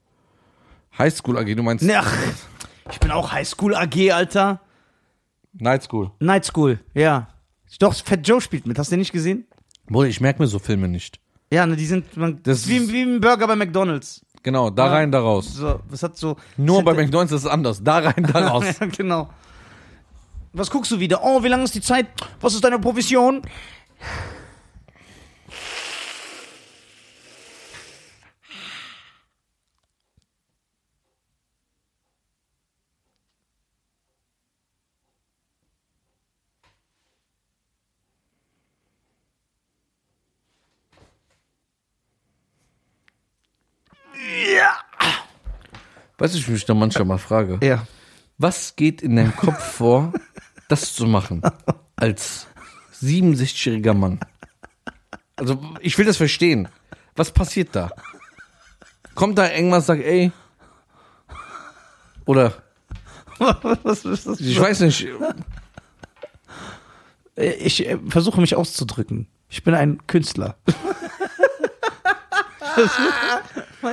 Speaker 1: Highschool AG, du meinst
Speaker 2: Ne, Ach, ich bin auch High School AG, Alter.
Speaker 1: Night School.
Speaker 2: Night School, ja. Doch, Fat Joe spielt mit. Hast du den nicht gesehen?
Speaker 1: Bruder, ich merke mir so Filme nicht.
Speaker 2: Ja, ne, die sind man,
Speaker 1: Das
Speaker 2: wie,
Speaker 1: ist-
Speaker 2: wie ein Burger bei McDonalds.
Speaker 1: Genau, da
Speaker 2: Ja.
Speaker 1: rein, da raus.
Speaker 2: So, was hat so.
Speaker 1: Nur
Speaker 2: das
Speaker 1: bei
Speaker 2: hat-
Speaker 1: McDonalds ist es anders. Da rein, da raus.
Speaker 2: ja, genau. Was guckst du wieder? Oh, wie lange ist die Zeit? Was ist deine Profession?
Speaker 1: Weißt du, ich mich da manchmal mal frage.
Speaker 2: Ja.
Speaker 1: Was geht in deinem Kopf vor, das zu machen? Als 67-jähriger Mann. Also, ich will das verstehen. Was passiert da? Kommt da irgendwas, sagt, ey. Oder,
Speaker 2: was ist das?
Speaker 1: ich weiß nicht.
Speaker 2: Äh, Ich äh, versuche mich auszudrücken. Ich bin ein Künstler.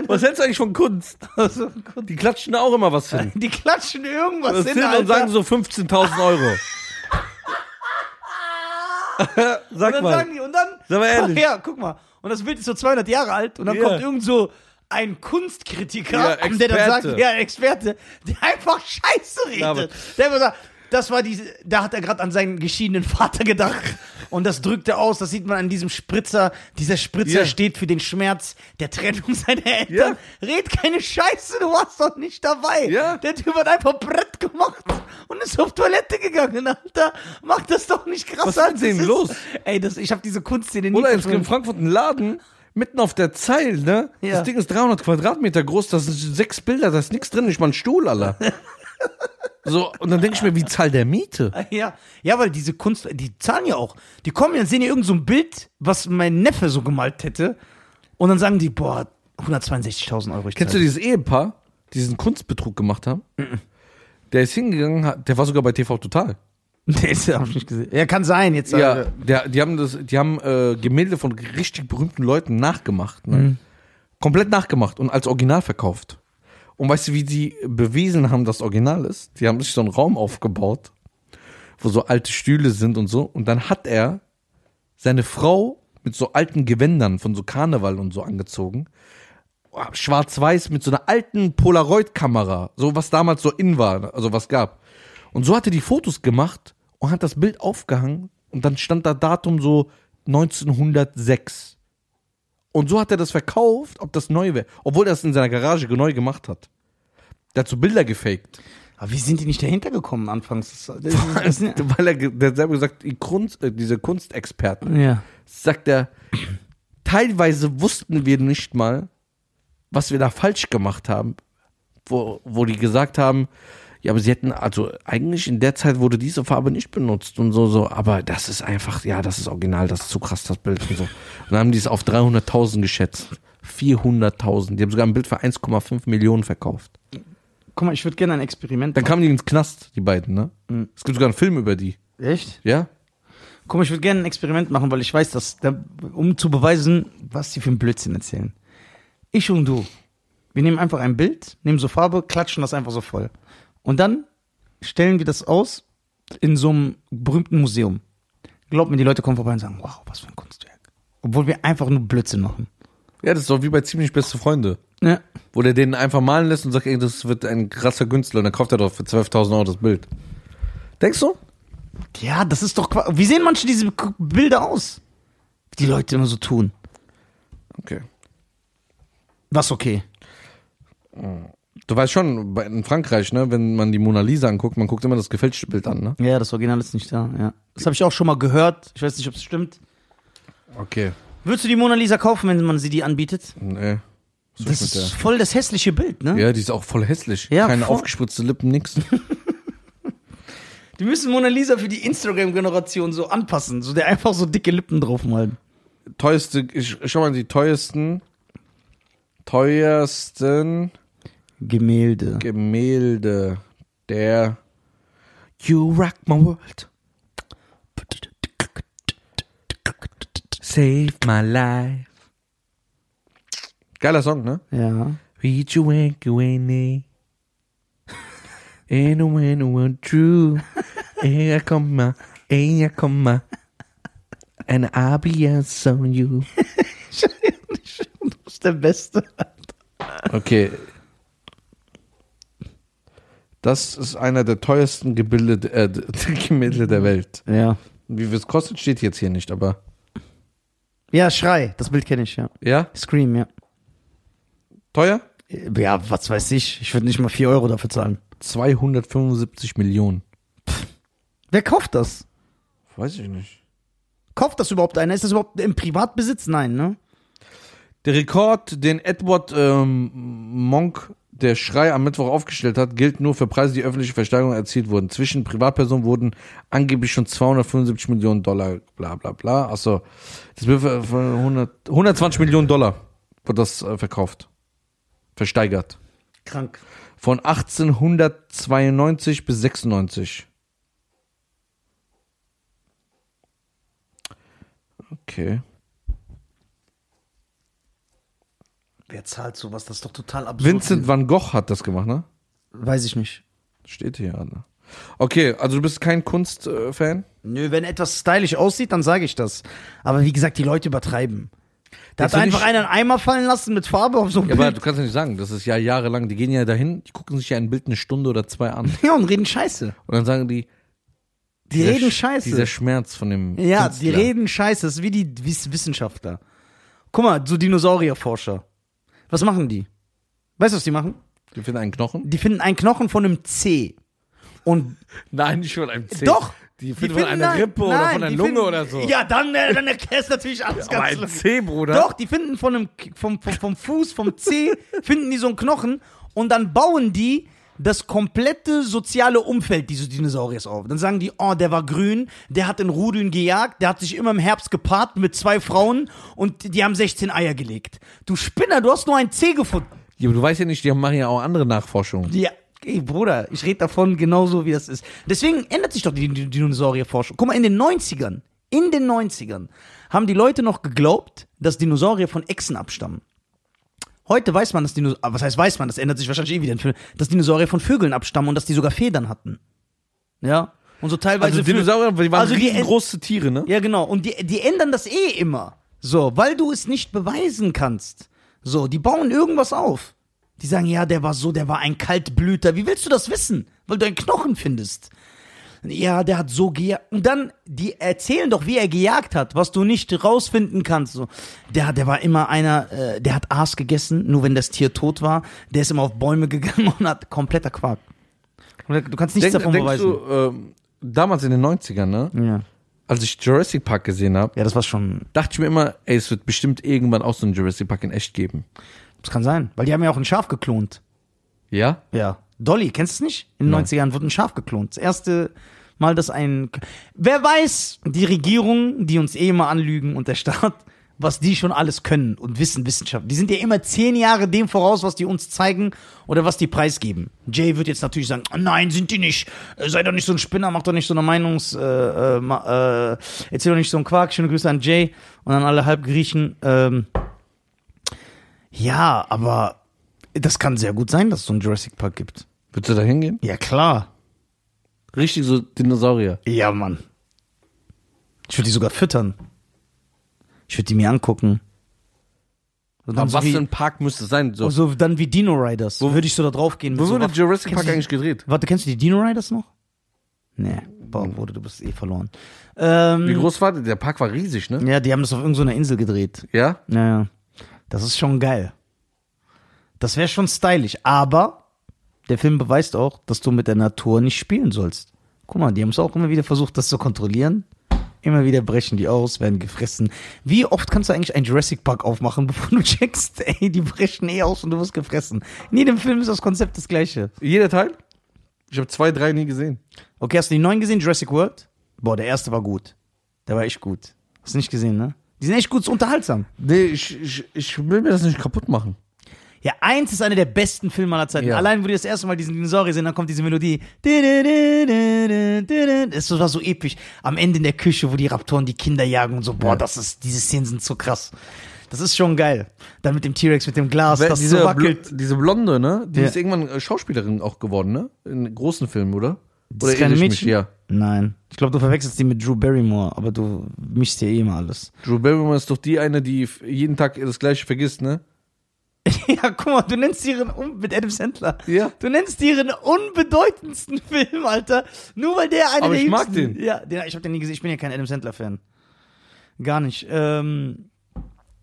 Speaker 1: Was hältst du eigentlich von Kunst?
Speaker 2: Also,
Speaker 1: Die klatschen da auch immer was hin.
Speaker 2: die klatschen irgendwas
Speaker 1: Das
Speaker 2: hin,
Speaker 1: hin
Speaker 2: Alter.
Speaker 1: und sagen so 15.000 Euro.
Speaker 2: und
Speaker 1: Sag
Speaker 2: dann
Speaker 1: mal.
Speaker 2: sagen die, und dann.
Speaker 1: Sag mal ehrlich.
Speaker 2: Ja, guck mal. Und das Bild ist so 200 Jahre alt und dann
Speaker 1: Ja.
Speaker 2: kommt irgend so ein
Speaker 1: Ja,
Speaker 2: Kunstkritiker,
Speaker 1: Experte.
Speaker 2: der dann sagt, ja, ein Experte, der einfach Scheiße redet.
Speaker 1: Ja, aber-
Speaker 2: der immer sagt, das war diese, da hat er gerade an seinen geschiedenen Vater gedacht. Und das drückt er aus, das sieht man an diesem Spritzer. Dieser Spritzer
Speaker 1: Ja.
Speaker 2: steht für den Schmerz der Trennung seiner
Speaker 1: Ja.
Speaker 2: Eltern. Red keine Scheiße, du warst doch nicht dabei.
Speaker 1: Ja.
Speaker 2: Der Typ hat einfach Brett gemacht und ist auf Toilette gegangen, Alter. Mach das doch nicht
Speaker 1: Was
Speaker 2: krass.
Speaker 1: ist mit denen los?
Speaker 2: Ey, das, ich habe diese Kunstszene nie
Speaker 1: Oder es gibt in
Speaker 2: verstanden.
Speaker 1: Frankfurt einen Laden, mitten auf der Zeil, ne?
Speaker 2: Ja.
Speaker 1: Das Ding ist 300 Quadratmeter groß, das sind sechs Bilder, da ist nichts drin, nicht mal ein Stuhl, Alter. so, und dann denke ich mir, wie zahlt der Miete?
Speaker 2: Ja, ja, weil diese Kunst, die zahlen ja auch. Die kommen ja, sehen ja irgend so ein Bild, was mein Neffe so gemalt hätte. Und dann sagen die, boah, 162.000 Euro. Ich
Speaker 1: Kennst du
Speaker 2: zahl.
Speaker 1: dieses Ehepaar, die diesen Kunstbetrug gemacht haben? Der ist hingegangen, hat- der war sogar bei TV Total.
Speaker 2: Nee, das hab ich nicht gesehen. Ja, kann sein jetzt.
Speaker 1: Ja,
Speaker 2: Alter.
Speaker 1: der, die haben das, die haben äh, Gemälde von richtig berühmten Leuten nachgemacht, ne? komplett nachgemacht und als Original verkauft. Und weißt du, wie die bewiesen haben, dass es Original ist? Die haben sich so einen Raum aufgebaut, wo so alte Stühle sind und so. Und dann hat er seine Frau mit so alten Gewändern von so Karneval und so angezogen. Schwarz-Weiß mit so einer alten Polaroid-Kamera, so was damals so in war, also was gab. Und so hat er die Fotos gemacht und hat das Bild aufgehangen und dann stand da Datum so 1906. Und so hat er das verkauft, ob das neu wäre, obwohl er es in seiner Garage neu gemacht hat. Dazu Bilder gefaked.
Speaker 2: Aber wie sind die nicht dahinter gekommen anfangs? Das, das, das, das,
Speaker 1: Weil er ge- der hat selber gesagt, die Kunst, äh, diese Kunstexperten,
Speaker 2: ja.
Speaker 1: sagt er, teilweise wussten wir nicht mal, was wir da falsch gemacht haben, wo, wo die gesagt haben, ja, aber sie hätten, also eigentlich in der Zeit wurde diese Farbe nicht benutzt und so, so, aber das ist einfach, ja, das ist original, das ist zu krass, das Bild und so. Und dann haben die es auf 300.000 geschätzt. 400.000. Die haben sogar ein Bild für 1,5 Millionen verkauft.
Speaker 2: Guck mal, ich würde gerne ein Experiment
Speaker 1: Dann kamen die ins Knast, die beiden, ne? Es gibt sogar einen Film über die,
Speaker 2: Echt?
Speaker 1: ja?
Speaker 2: Guck mal, ich würde gerne ein Experiment machen, weil ich weiß, dass, da, um zu beweisen, was die für einen Blödsinn erzählen. Ich und du, wir nehmen einfach ein Bild, nehmen so Farbe, klatschen das einfach so voll. Und dann stellen wir das aus in so einem berühmten Museum. Glaub mir, die Leute kommen vorbei und sagen, wow, was für ein Kunstwerk. Obwohl wir einfach nur Blödsinn machen. Ne?
Speaker 1: Ja, das ist doch wie bei ziemlich beste Freunde.
Speaker 2: Ja.
Speaker 1: Wo der den einfach malen lässt und sagt, ey, das wird ein krasser Künstler und dann kauft er doch für 12.000 Euro das Bild. Denkst du?
Speaker 2: ja, das ist doch, qua- wie sehen manche diese K- Bilder aus? Die Leute immer so tun.
Speaker 1: Okay.
Speaker 2: Was okay.
Speaker 1: Du weißt schon, bei- in Frankreich, ne, wenn man die Mona Lisa anguckt, man guckt immer das gefälschte Bild an, ne?
Speaker 2: Ja, das Original ist nicht da, ja. Das habe ich auch schon mal gehört. Ich weiß nicht, ob es stimmt.
Speaker 1: Okay.
Speaker 2: Würdest du die Mona Lisa kaufen, wenn man sie dir anbietet?
Speaker 1: Nee. Was
Speaker 2: Das
Speaker 1: ist mit
Speaker 2: ist voll das hässliche Bild, ne?
Speaker 1: der? Ja, die ist auch voll hässlich.
Speaker 2: Ja,
Speaker 1: Keine
Speaker 2: voll.
Speaker 1: aufgespritzte Lippen, nix.
Speaker 2: Die müssen Mona Lisa für die Instagram-Generation so anpassen, so der einfach so dicke Lippen draufmalen.
Speaker 1: Teuerste, ich schau mal, die teuersten, teuersten
Speaker 2: Gemälde.
Speaker 1: Gemälde der You rock my world, save my life. Geiler Song, ne?
Speaker 2: Ja.
Speaker 1: Reach you wink away nay. And when it went true. Here I come, ma. Here I come, ma. And I'll be yes on you.
Speaker 2: Das ist der Beste.
Speaker 1: Okay. Das ist einer der teuersten Gebilde, äh, der Gemälde der Welt.
Speaker 2: Ja.
Speaker 1: Wie viel es kostet, steht jetzt hier nicht, aber.
Speaker 2: Ja, Schrei. Das Bild kenne ich, ja.
Speaker 1: Ja?
Speaker 2: Scream, ja.
Speaker 1: Teuer?
Speaker 2: Ja, was weiß ich. Ich würde nicht mal 4 Euro dafür zahlen.
Speaker 1: 275 Millionen.
Speaker 2: Wer kauft das?
Speaker 1: Weiß ich nicht.
Speaker 2: Kauft das überhaupt einer? Ist das überhaupt im Privatbesitz? Nein, ne?
Speaker 1: Der Rekord, den Edward ähm, Monk, der Schrei am Mittwoch aufgestellt hat, gilt nur für Preise, die öffentliche Versteigerung erzielt wurden. Zwischen Privatpersonen wurden angeblich schon 275 Millionen Dollar, bla bla bla. Achso, das wird für für 100, 120 Millionen Dollar wurde das äh, verkauft. Versteigert.
Speaker 2: Krank.
Speaker 1: Von 1892 bis 96. Okay.
Speaker 2: Wer zahlt sowas? Das ist doch total absurd.
Speaker 1: Vincent van Gogh hat das gemacht, ne?
Speaker 2: Weiß ich nicht.
Speaker 1: Steht hier, Anna. Okay, also du bist kein Kunstfan?
Speaker 2: Nö, wenn etwas stylisch aussieht, dann sage ich das. Aber wie gesagt, die Leute übertreiben. Der
Speaker 1: Denkst
Speaker 2: hat
Speaker 1: du
Speaker 2: einfach
Speaker 1: nicht-
Speaker 2: einen Eimer fallen lassen mit Farbe auf so ein
Speaker 1: Ja, aber du
Speaker 2: Bild.
Speaker 1: kannst ja nicht sagen, das ist ja jahrelang, die gehen ja dahin, die gucken sich ja ein Bild eine Stunde oder zwei an.
Speaker 2: Ja, und reden Scheiße.
Speaker 1: Und dann sagen die,
Speaker 2: Die
Speaker 1: dieser
Speaker 2: reden
Speaker 1: Sch-
Speaker 2: Scheiße.
Speaker 1: Dieser Schmerz von dem
Speaker 2: Ja,
Speaker 1: Künstler.
Speaker 2: die reden Scheiße. Das ist wie die Wiss- Wissenschaftler. Guck mal, so Dinosaurierforscher. Was machen die? Weißt du, was die machen?
Speaker 1: Die finden einen Knochen?
Speaker 2: Die finden einen Knochen von einem C. Und
Speaker 1: Nein, nicht von einem Zeh.
Speaker 2: Doch.
Speaker 1: Die
Speaker 2: die
Speaker 1: finden von einer
Speaker 2: dann-
Speaker 1: Rippe oder
Speaker 2: nein,
Speaker 1: von einer
Speaker 2: die
Speaker 1: Lunge
Speaker 2: finden-
Speaker 1: oder so.
Speaker 2: Ja, dann, äh, dann erklärst du natürlich alles
Speaker 1: aber
Speaker 2: ganz
Speaker 1: ein
Speaker 2: logisch.
Speaker 1: Zeh, Bruder.
Speaker 2: Doch, die finden von einem, K- vom, vom, vom Fuß, vom Zeh, finden die so einen Knochen und dann bauen die das komplette soziale Umfeld dieses Dinosauriers auf. Dann sagen die, oh, der war grün, der hat in Rudeln gejagt, der hat sich immer im Herbst gepaart mit zwei Frauen und die haben 16 Eier gelegt. Du Spinner, du hast nur ein Zeh gefunden.
Speaker 1: Ja, aber du weißt ja nicht, die machen ja auch andere Nachforschungen.
Speaker 2: Ja, ey Bruder, ich rede davon genauso, wie das ist. Deswegen ändert sich doch die Din- Dinosaurierforschung. Guck mal, in den 90ern, in den 90ern haben die Leute noch geglaubt, dass Dinosaurier von Echsen abstammen. Heute weiß man, dass Dinosaurier, was heißt weiß man, das ändert sich wahrscheinlich eh wieder, in Filmen, dass Dinosaurier von Vögeln abstammen und dass die sogar Federn hatten. Ja. Und so teilweise.
Speaker 1: Also Dinosaurier, die waren
Speaker 2: Also die-
Speaker 1: riesengroße Tiere, ne?
Speaker 2: Ja, genau. Und die, die ändern das eh immer. So, weil du es nicht beweisen kannst. So, die bauen irgendwas auf. Die sagen, ja, der war so, der war ein Kaltblüter. Wie willst du das wissen? Weil du einen Knochen findest. Ja, der hat so gejagt. Und dann, die erzählen doch, wie er gejagt hat, was du nicht rausfinden kannst. So, der, der war immer einer, äh, der hat Aas gegessen, nur wenn das Tier tot war. Der ist immer auf Bäume gegangen und hat kompletter Quark. Du kannst nichts
Speaker 1: Denk,
Speaker 2: davon
Speaker 1: denkst
Speaker 2: beweisen.
Speaker 1: du, ähm, damals in den 90ern, ne?
Speaker 2: ja.
Speaker 1: Als ich Jurassic Park gesehen habe,
Speaker 2: ja, das war schon
Speaker 1: dachte ich mir immer, ey, es wird bestimmt irgendwann auch so einen Jurassic Park in echt geben.
Speaker 2: Das kann sein, weil die haben ja auch ein Schaf geklont.
Speaker 1: Ja?
Speaker 2: Ja. Dolly, kennst du es nicht? In den 90ern wurde ein Schaf geklont. Das erste Mal, dass ein. Wer weiß, die Regierung, die uns eh immer anlügen und der Staat, was die schon alles können und wissen, Wissenschaft. Die sind ja immer zehn Jahre dem voraus, was die uns zeigen oder was die preisgeben. Jay wird jetzt natürlich sagen: "Oh Nein, sind die nicht. Äh, Sei doch nicht so ein Spinner, mach doch nicht so eine Meinungs. Äh, äh, ma- äh, erzähl doch nicht so einen Quark. Schöne Grüße an Jay und an alle Halbgriechen. Ähm, ja, aber das kann sehr gut sein, dass es so einen Jurassic Park gibt.
Speaker 1: Würdest du da hingehen?
Speaker 2: Ja, klar.
Speaker 1: Richtig so Dinosaurier.
Speaker 2: Ja, Mann. Ich würde die sogar füttern. Ich würde die mir angucken. Und dann,
Speaker 1: Aber
Speaker 2: so
Speaker 1: was
Speaker 2: wie,
Speaker 1: für ein Park müsste es sein? So.
Speaker 2: und so dann wie Dino Riders. Wo würde ich so da drauf gehen? mit
Speaker 1: Wo
Speaker 2: so
Speaker 1: wurde
Speaker 2: Waffen.
Speaker 1: Jurassic
Speaker 2: Kennst
Speaker 1: Park
Speaker 2: du die-
Speaker 1: eigentlich gedreht?
Speaker 2: Warte, kennst du die Dino Riders noch? Nee, Boah, Bruder, du bist eh verloren. Ähm,
Speaker 1: Wie groß war der? Der Park war riesig, ne?
Speaker 2: Ja, die haben das auf irgendeiner Insel gedreht.
Speaker 1: Ja?
Speaker 2: Naja, das ist schon geil. Das wäre schon stylisch, aber der Film beweist auch, dass du mit der Natur nicht spielen sollst. Guck mal, die haben es auch immer wieder versucht, das zu kontrollieren. Immer wieder brechen die aus, werden gefressen. Wie oft kannst du eigentlich einen Jurassic Park aufmachen, bevor du checkst, ey, die brechen eh aus und du wirst gefressen? In jedem Film ist das Konzept das gleiche.
Speaker 1: Jeder Teil? Ich habe zwei, drei nie gesehen.
Speaker 2: Okay, hast du die neuen gesehen, Jurassic World? Boah, der erste war gut. Der war echt gut. Hast du nicht gesehen, ne? Die sind echt gut so unterhaltsam.
Speaker 1: Nee, ich, ich, ich will mir das nicht kaputt machen.
Speaker 2: Ja, eins ist einer der besten Filme aller Zeiten.
Speaker 1: Ja.
Speaker 2: Allein, wo die das erste Mal diesen Dinosaurier sehen, dann kommt diese Melodie. Das war so episch. Am Ende in der Küche, wo die Raptoren die Kinder jagen und so. Boah,
Speaker 1: Ja.
Speaker 2: das ist, diese Szenen sind so krass. Das ist schon geil. Dann mit dem T-Rex, mit dem Glas,
Speaker 1: Wer-
Speaker 2: das
Speaker 1: diese,
Speaker 2: so wackelt.
Speaker 1: Bl- diese Blonde, ne? Die
Speaker 2: Ja.
Speaker 1: ist irgendwann äh, Schauspielerin auch geworden, ne? In großen Filmen, oder?
Speaker 2: Das kleine
Speaker 1: irre ich
Speaker 2: Mädchen?
Speaker 1: Mich, ja.
Speaker 2: Nein. Ich glaube, du verwechselst die mit Drew Barrymore, aber du mischst ja eh immer alles.
Speaker 1: Drew Barrymore ist doch die eine, die f- jeden Tag das Gleiche vergisst, ne?
Speaker 2: ja, guck mal, du nennst ihren, um mit Adam Sandler.
Speaker 1: Ja.
Speaker 2: Du nennst ihren unbedeutendsten Film, Alter. Nur weil der einer
Speaker 1: Aber
Speaker 2: der
Speaker 1: ich mag
Speaker 2: jüngsten-
Speaker 1: den.
Speaker 2: Ja, den, ich habe den nie gesehen. Ich bin ja kein Adam Sandler-Fan. Gar nicht. Ähm,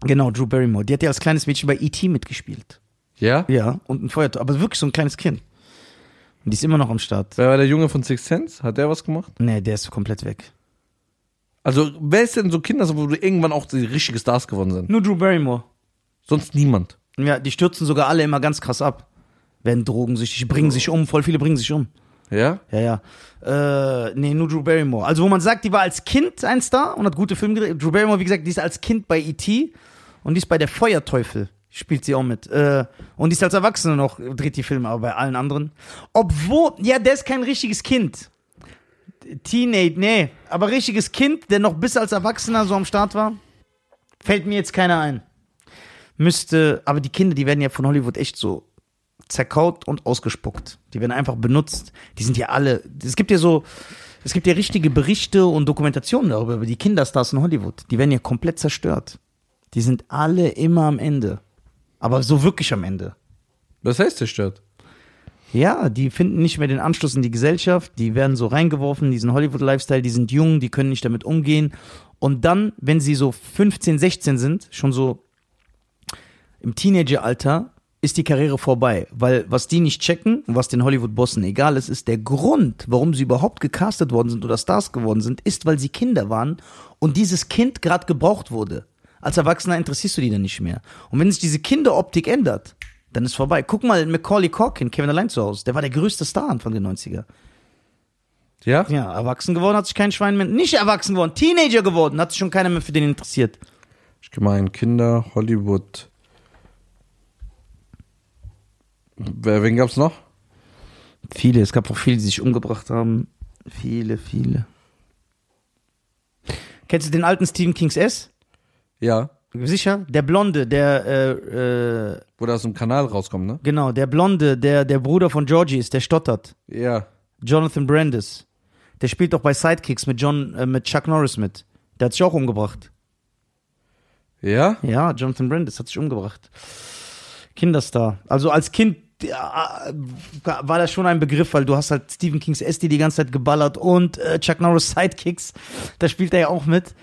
Speaker 2: genau, Drew Barrymore. Die hat ja als kleines Mädchen bei E.T. mitgespielt.
Speaker 1: Ja?
Speaker 2: Ja, und ein Feuertor. Aber wirklich so ein kleines Kind. Und die ist immer noch am Start.
Speaker 1: Wer war der Junge von Sixth Sense? Hat der was gemacht?
Speaker 2: Nee, der ist komplett weg.
Speaker 1: Also, wer ist denn so Kinder, wo du irgendwann auch die richtige Stars geworden sind?
Speaker 2: Nur Drew Barrymore.
Speaker 1: Sonst niemand.
Speaker 2: Ja, die stürzen sogar alle immer ganz krass ab. Werden drogensüchtig, bringen sich um. Voll viele bringen sich um.
Speaker 1: Ja?
Speaker 2: Ja, ja. Äh, nee, nur Drew Barrymore. Also, wo man sagt, die war als Kind ein Star und hat gute Filme gedreht. Drew Barrymore, wie gesagt, die ist als Kind bei E.T. und die ist bei der Feuerteufel, spielt sie auch mit. Äh, und die ist als Erwachsene noch, dreht die Filme, aber bei allen anderen. Obwohl, ja, der ist kein richtiges Kind. Teenage, nee. Aber richtiges Kind, der noch bis als Erwachsener so am Start war, fällt mir jetzt keiner ein. Müsste, aber die Kinder, die werden ja von Hollywood echt so zerkaut und ausgespuckt. Die werden einfach benutzt. Die sind ja alle. Es gibt ja so. Es gibt ja richtige Berichte und Dokumentationen darüber, über die Kinderstars in Hollywood. Die werden ja komplett zerstört. Die sind alle immer am Ende. Aber so wirklich am Ende.
Speaker 1: Das heißt zerstört.
Speaker 2: Ja, die finden nicht mehr den Anschluss in die Gesellschaft, die werden so reingeworfen, diesen Hollywood-Lifestyle, die sind jung, die können nicht damit umgehen. Und dann, wenn sie so 15, 16 sind, schon so im Teenageralter, ist die Karriere vorbei. Weil was die nicht checken und was den Hollywood-Bossen egal ist, ist der Grund, warum sie überhaupt gecastet worden sind oder Stars geworden sind, ist, weil sie Kinder waren und dieses Kind gerade gebraucht wurde. Als Erwachsener interessierst du die dann nicht mehr. Und wenn sich diese Kinderoptik ändert, dann ist vorbei. Guck mal, Macaulay Corkin, Kevin allein zu Hause, der war der größte Star Anfang der 90er.
Speaker 1: Ja?
Speaker 2: Ja, erwachsen geworden hat sich kein Schwein mehr. Nicht erwachsen geworden, Teenager geworden, hat sich schon keiner mehr für den interessiert.
Speaker 1: Ich gemein, Kinder, Hollywood. Wer, wen gab's noch?
Speaker 2: Viele, es gab auch viele, die sich umgebracht haben. Viele, viele. Kennst du den alten Stephen Kings S?
Speaker 1: Ja.
Speaker 2: Sicher? Der Blonde, der, äh, äh,
Speaker 1: Wo der aus dem Kanal rauskommt, ne?
Speaker 2: genau, der Blonde, der, der Bruder von Georgie ist, der stottert.
Speaker 1: Ja.
Speaker 2: Jonathan Brandis. Der spielt doch bei Sidekicks mit John, äh, mit Chuck Norris mit. Der hat sich auch umgebracht.
Speaker 1: Ja?
Speaker 2: Ja, Jonathan Brandis hat sich umgebracht. Kinderstar. Also als Kind ja, war das schon ein Begriff, weil du hast halt Stephen Kings SD die ganze Zeit geballert und äh, Chuck Norris Sidekicks, da spielt er ja auch mit.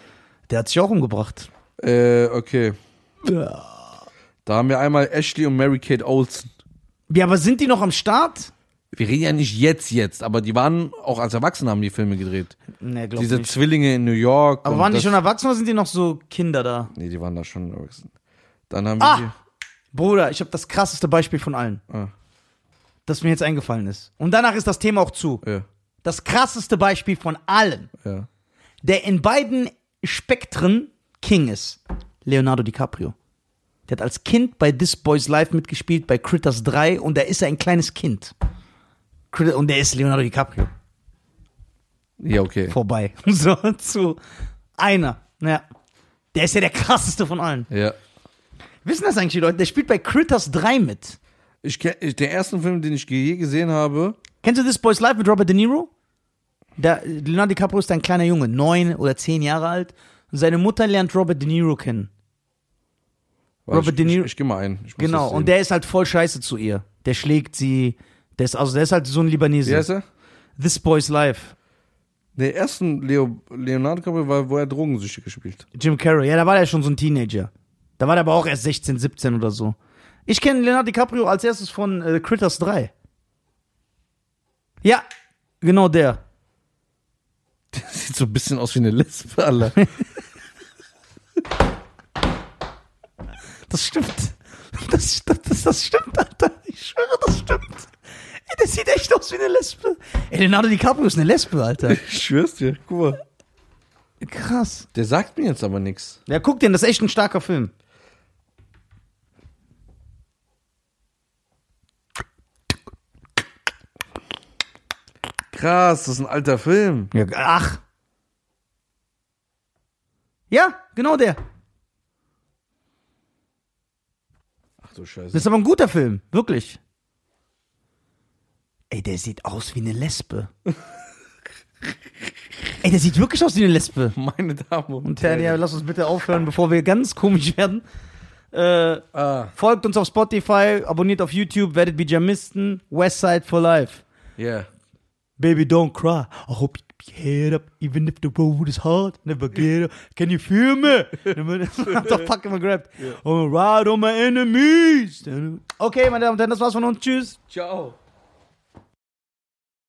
Speaker 2: Der hat sich auch umgebracht.
Speaker 1: Äh, okay. Da haben wir einmal Ashley und Mary Kate Olsen.
Speaker 2: Ja, aber sind die noch am Start?
Speaker 1: Wir reden ja nicht jetzt, jetzt, aber die waren auch als Erwachsene haben die Filme gedreht.
Speaker 2: Nee, glaub
Speaker 1: Diese
Speaker 2: nicht.
Speaker 1: Zwillinge in New York.
Speaker 2: Aber
Speaker 1: und
Speaker 2: waren die
Speaker 1: das-
Speaker 2: schon erwachsen oder sind die noch so Kinder da?
Speaker 1: Nee, die waren da schon erwachsen. Dann haben
Speaker 2: Ah!
Speaker 1: wir.
Speaker 2: Bruder, ich habe das krasseste Beispiel von allen,
Speaker 1: Ah.
Speaker 2: das mir jetzt eingefallen ist. Und danach ist das Thema auch zu.
Speaker 1: hier-
Speaker 2: Das krasseste Beispiel von allen.
Speaker 1: Ja, ja.
Speaker 2: der in beiden Spektren King ist. Leonardo DiCaprio. Der hat als Kind bei This Boys Live mitgespielt, bei Critters 3 und da ist er ein kleines Kind. Critter- Und der ist Leonardo DiCaprio.
Speaker 1: Ja, okay.
Speaker 2: Vorbei. So zu einer. Ja. Der ist ja der krasseste von allen.
Speaker 1: Ja.
Speaker 2: Wissen das eigentlich die Leute? Der spielt bei Critters 3 mit.
Speaker 1: Ich, kenn- ich, der ersten Film, den ich je gesehen habe,
Speaker 2: Kennst du This Boys Live mit Robert De Niro? Da, Leonardo DiCaprio ist ein kleiner Junge, neun oder zehn Jahre alt. Und seine Mutter lernt Robert De Niro kennen.
Speaker 1: Warte,
Speaker 2: Robert
Speaker 1: ich,
Speaker 2: De Niro-
Speaker 1: Ich, ich geh mal ein. Ich muss
Speaker 2: Genau,
Speaker 1: das sehen.
Speaker 2: und der ist halt voll scheiße zu ihr. Der schlägt sie. Der ist, also der ist halt so ein Libanese.
Speaker 1: Wie heißt er?
Speaker 2: This Boy's Life.
Speaker 1: Der ersten Leo, Leonardo DiCaprio war, wo er Drogensüchtig gespielt.
Speaker 2: Jim Carrey. Ja, da war der schon so ein Teenager. Da war der aber auch erst 16, 17 oder so. Ich kenne Leonardo DiCaprio als erstes von äh, Critters 3. Ja, genau der.
Speaker 1: Der sieht so ein bisschen aus wie eine Lesbe, Alter.
Speaker 2: Das stimmt. Das, st- das, das stimmt, Alter. Ich schwöre, das stimmt. Ey, das sieht echt aus wie eine Lesbe. Ey, Leonardo DiCaprio ist eine Lesbe, Alter.
Speaker 1: ich schwör's dir. Guck mal.
Speaker 2: Krass.
Speaker 1: Der sagt mir jetzt aber nichts.
Speaker 2: Ja, guck den, das ist echt ein starker Film.
Speaker 1: Krass, das ist ein alter Film.
Speaker 2: Ja, ach. Ja, genau der.
Speaker 1: Ach du
Speaker 2: Das
Speaker 1: Scheiße.
Speaker 2: ist aber ein guter Film, wirklich. Ey, der sieht aus wie eine Lesbe. Ey, der sieht wirklich aus wie eine Lesbe.
Speaker 1: Meine Damen
Speaker 2: Und Herren, ja, lass uns bitte aufhören, bevor wir ganz komisch werden. Äh,
Speaker 1: Ah,
Speaker 2: folgt uns auf Spotify, abonniert auf YouTube, werdet Bijamisten, Westside for Life.
Speaker 1: yeah.
Speaker 2: Baby, don't cry. I hope you get up, even if the road is hard. Never get up. Can you feel me? Hat doch fucking mal gerappt. I'm gonna ride on my enemies. Okay, meine Damen und Herren, das war's von uns. Tschüss.
Speaker 1: Ciao.